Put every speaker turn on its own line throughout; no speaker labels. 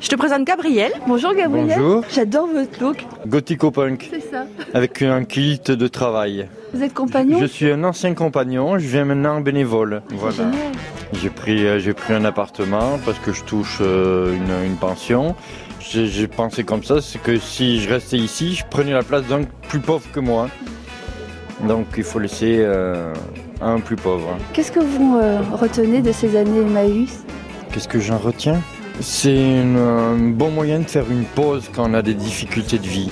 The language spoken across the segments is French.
Je te présente Gabriel. Bonjour Gabriel.
Bonjour.
J'adore votre look.
Gothico-punk,
C'est ça.
avec un kilt de travail.
Vous êtes compagnon
Je suis un ancien compagnon, je viens maintenant bénévole. Voilà.
Génial.
J'ai pris, euh, j'ai pris un appartement parce que je touche euh, une, une pension. J'ai j'ai pensé comme ça, c'est que si je restais ici, je prenais la place d'un plus pauvre que moi. Donc il faut laisser euh, un plus pauvre.
Qu'est-ce que vous euh, retenez de ces années Emmaüs
Qu'est-ce que j'en retiens C'est une, euh, un bon moyen de faire une pause quand on a des difficultés de vie.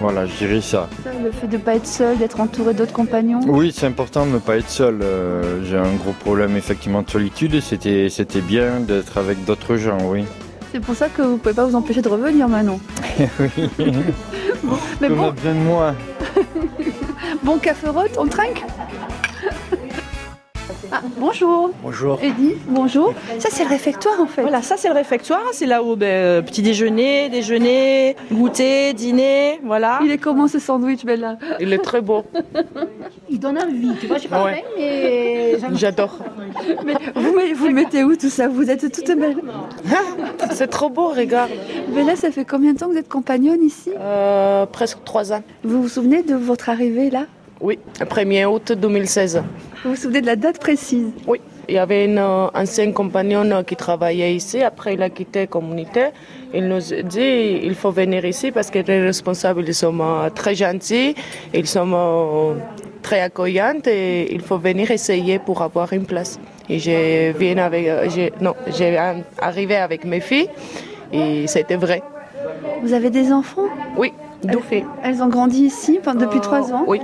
Voilà, je dirais ça.
Ça, Le fait de ne pas être seul, d'être entouré d'autres compagnons
Oui, c'est important de ne pas être seul. Euh, J'ai un gros problème effectivement de solitude et c'était c'était bien d'être avec d'autres gens, oui.
C'est pour ça que vous ne pouvez pas vous empêcher de revenir maintenant.
oui.
Mais
On a
bon,
besoin de moi.
bon café-rote, on trinque Ah, bonjour
Bonjour.
Eddy, bonjour. Ça c'est le réfectoire en fait.
Voilà, ça c'est le réfectoire, c'est là où ben, euh, petit déjeuner, déjeuner, goûter, dîner, voilà.
Il est comment ce sandwich Bella
Il est très beau.
Il donne envie. Tu vois, je pas
Ouais.
fait, mais j'aime
J'adore.
Mais vous, met- vous le mettez où tout ça Vous êtes toute belle.
C'est trop beau, regarde.
Bella, ça fait combien de temps que vous êtes compagnonne ici
Euh, presque trois ans.
Vous vous souvenez de votre arrivée là
Oui, 1er août 2016.
Vous vous souvenez de la date précise
Oui, il y avait une euh, ancienne compagnonne qui travaillait ici. Après, il a quitté la communauté. Il nous a dit il faut venir ici parce que les responsables ils sont euh, très gentils, ils sont euh, très accueillants et il faut venir essayer pour avoir une place. Et je viens avec. euh, j'ai- non, j'ai euh, arrivé avec mes filles et c'était vrai.
Vous avez des enfants
Oui, deux filles.
Elles ont grandi ici pendant- depuis
Euh,
trois ans.
Oui.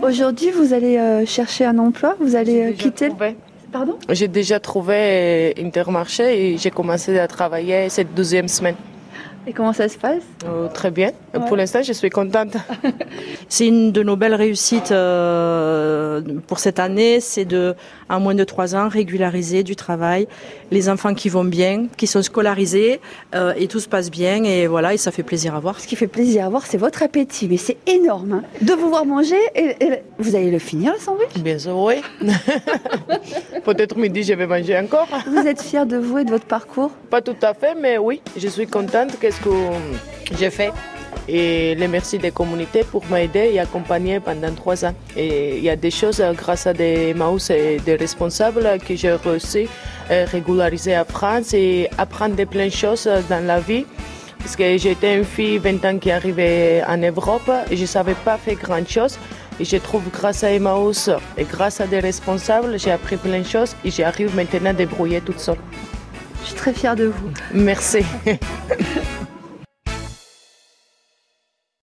Aujourd'hui, vous allez euh, chercher un emploi, vous allez euh,
J'ai déjà
quitter. le-
trouvé.
Pardon
J'ai déjà trouvé euh, Intermarché et j'ai commencé à travailler cette deuxième semaine.
Et comment ça se passe
Euh, très bien.
Ouais.
Pour l'instant, je suis contente.
C'est une de nos belles réussites euh, pour cette année, c'est de, à moins de trois ans, régulariser du travail, les enfants qui vont bien, qui sont scolarisés, euh, et tout se passe bien, et voilà, et ça fait plaisir à voir.
Ce qui fait plaisir à voir, c'est votre appétit, mais c'est énorme. hein. De vous voir manger, et, et- vous allez le finir le sandwich
Bien sûr, oui. Peut-être midi, je vais manger encore.
Vous êtes fiers de vous et de votre parcours
Pas tout à fait, mais oui, je suis contente. Qu'est-ce que j'ai fait et les merci des communautés pour m'aider et accompagner pendant trois ans. Et il y a des choses euh, grâce à des Maus et des responsables euh, que j'ai réussi à régulariser en France et apprendre de plein de choses euh, dans la vie. Parce que j'étais une fille 20 ans qui arrivait en Europe et je ne savais pas faire grand-chose. Et je trouve grâce à Emmaüs et grâce à des responsables, j'ai appris plein de choses et j'arrive maintenant à débrouiller toute seule.
Je suis très fière de vous.
Merci.